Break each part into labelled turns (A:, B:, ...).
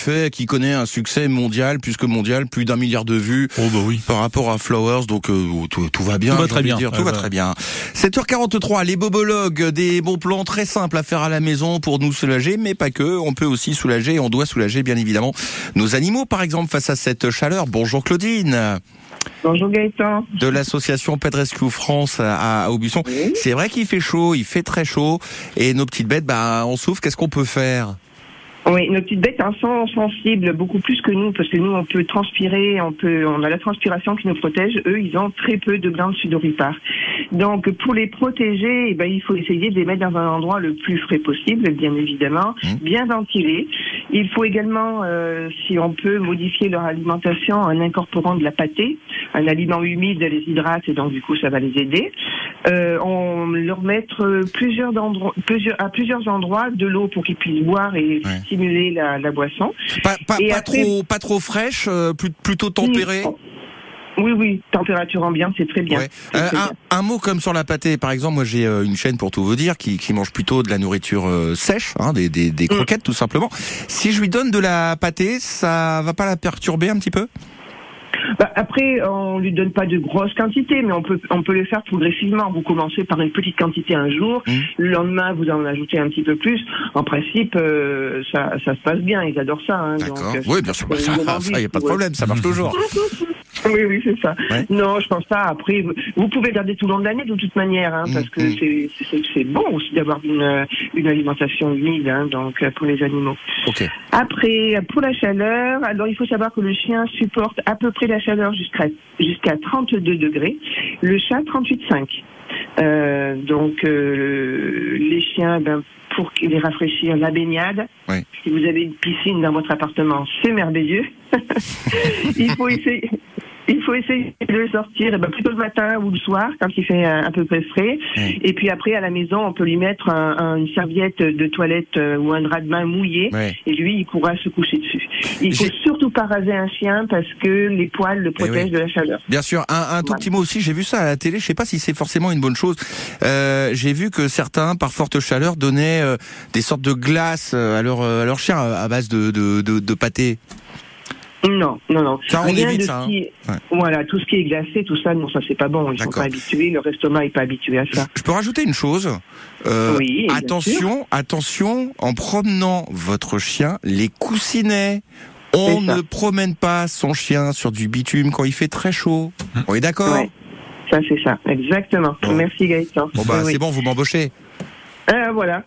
A: fait, qui connaît un succès mondial, plus que mondial, plus d'un milliard de vues.
B: Oh bah oui.
A: Par rapport à Flowers, donc euh, tout, tout, va bien.
B: Tout va très bien.
A: Dire, tout
B: Ouais,
A: va
B: ouais.
A: très bien. 7h43, les bobologues, des bons plans très simples à faire à la maison pour nous soulager, mais pas que. On peut aussi soulager, on doit soulager bien évidemment nos animaux, par exemple, face à cette chaleur. Bonjour Claudine,
C: Bonjour Gaëtan.
A: de l'association Pet Rescue France à, à Aubusson.
C: Oui.
A: C'est vrai qu'il fait chaud, il fait très chaud, et nos petites bêtes, bah, on souffre. Qu'est-ce qu'on peut faire
C: Oui, nos petites bêtes hein, sont sensibles beaucoup plus que nous parce que nous on peut transpirer, on peut, on a la transpiration qui nous protège. Eux, ils ont très peu de glandes sudoripares. Donc pour les protéger, eh ben, il faut essayer de les mettre dans un endroit le plus frais possible, bien évidemment,
A: Mhm.
C: bien ventilé. Il faut également, euh, si on peut, modifier leur alimentation en incorporant de la pâtée, un aliment humide les hydrate et donc du coup ça va les aider. Euh, on leur mettre plusieurs endro- plusieurs, à plusieurs endroits de l'eau pour qu'ils puissent boire et
A: Ouais.
C: stimuler la, la boisson.
A: Pas, pas,
C: Et
A: pas
C: après-
A: trop, pas trop fraîche, euh, plus- plutôt tempérée.
C: Oui, oui, température ambiante, c'est très bien.
A: Ouais.
C: C'est
A: Euh,
C: très
A: un,
C: bien.
A: un mot comme sur la pâtée. Par exemple, moi j'ai euh, une chaîne pour tout vous dire qui, qui mange plutôt de la nourriture euh, sèche, hein, des, des,
C: Mm.
A: des croquettes tout simplement. Si je lui donne de la pâtée, ça va pas la perturber un petit peu
C: Bah, après, on lui donne pas de grosses quantités, mais on peut, on peut le faire progressivement. Vous commencez par une petite quantité un jour,
A: Mhm.
C: le lendemain, vous en ajoutez un petit peu plus. En principe, euh, ça, ça se passe bien, ils adorent ça. hein, donc, euh,
A: Oui, bien sûr. bah,
C: euh,
A: ça,
C: ils ont
A: ça,
C: envie,
A: y a pas de
C: ouais.
A: problème, ça marche toujours.
C: Oui, oui, c'est ça.
A: Ouais.
C: Non, je pense pas. Après, vous- vous pouvez garder tout le long de l'année de toute manière, hein,
A: Mm,
C: parce que
A: mm.
C: c'est- c'est c'est bon aussi d'avoir une, euh, une alimentation humide hein, donc, euh, pour les animaux.
A: Ok.
C: Après, pour la chaleur, alors il faut savoir que le chien supporte à peu près la chaleur jusqu'à jusqu'à 32 degrés, le chat 38,5. Euh, donc euh, les chiens, ben, pour les rafraîchir, la baignade.
A: Ouais.
C: Si vous avez une piscine dans votre appartement, c'est merveilleux. il faut essayer. Il faut essayer de le sortir eh ben, plutôt le matin ou le soir quand il fait euh, un, un peu près frais.
A: Ouais.
C: Et puis après, à la maison, on peut lui mettre un- un- une serviette de toilette euh, ou un drap de main mouillé
A: Ouais.
C: et lui, il pourra se coucher dessus. Il faut
A: J'ai- Eh
C: surtout pas raser un chien parce que les poils le protègent
A: oui.
C: de la chaleur.
A: Bien sûr, un, un tout
C: Voilà.
A: petit mot aussi, j'ai vu ça à la télé, je sais pas si c'est forcément une bonne chose. Euh, j'ai vu que certains, par forte chaleur, donnaient euh, des sortes de glaces euh, à leur, euh, à leur chien euh, à base de, de, de, de pâté.
C: Non, non, non.
A: Ça, on
C: Rien
A: évite
C: de
A: ça,
C: ce qui-
A: hein.
C: Voilà, tout ce qui est glacé, tout ça, non, ça c'est pas bon. Ils sont
A: D'accord.
C: pas habitués, leur estomac est pas habitué à ça.
A: Je peux rajouter une chose Euh,
C: oui, bien sûr.
A: Attention, attention, en promenant votre chien, les coussinets. On
C: C'est ça.
A: ne promène pas son chien sur du bitume quand il fait très chaud.
B: Hum.
A: On est d'accord
C: Ouais. Ça c'est ça, exactement.
A: Bon.
C: Merci Gaëtan.
A: Bon bah
C: Oui, oui.
A: c'est bon, vous m'embauchez.
C: Ah, voilà.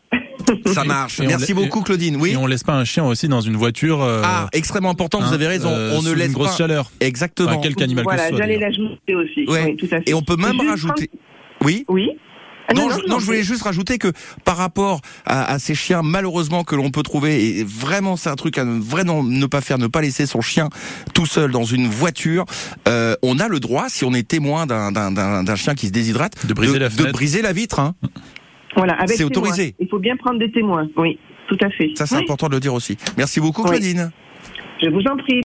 A: Ça marche.
B: Et on
A: Merci
B: l'a-
A: beaucoup Claudine. Oui.
B: Et on laisse pas un chien aussi dans une voiture. euh,
A: Ah, extrêmement important, vous
B: hein,
A: avez raison.
B: euh,
A: on ne
B: sous
A: laisse
B: une grosse
A: pas.
B: chaleur.
A: Exactement.
B: Enfin, quelque animal que
C: voilà,
B: ce soit.
C: j'allais
B: d'ailleurs.
C: l'ajouter aussi.
A: Ouais.
C: Oui, tout à fait.
A: Et on peut même
C: Juste
A: rajouter. Oui.
C: prendre- Oui. Ah,
A: non, je- non,
C: en
A: je voulais
C: prie.
A: juste rajouter que par rapport à, à ces chiens, malheureusement, que l'on peut trouver, et vraiment, c'est un truc à ne- vraiment ne pas faire, ne pas laisser son chien tout seul dans une voiture, euh, on a le droit, si on est témoin d'un- d'un d'un- d'un chien qui se déshydrate,
B: De briser la fenêtre.
A: briser la vitre. hein.
C: Voilà, avec
A: C'est
C: témoins.
A: autorisé.
C: Il faut bien prendre des témoins. Oui, tout à fait.
A: Ça, c'est
C: Oui,
A: important de le dire aussi. Merci beaucoup,
C: Oui.
A: Claudine.
C: Je vous en prie.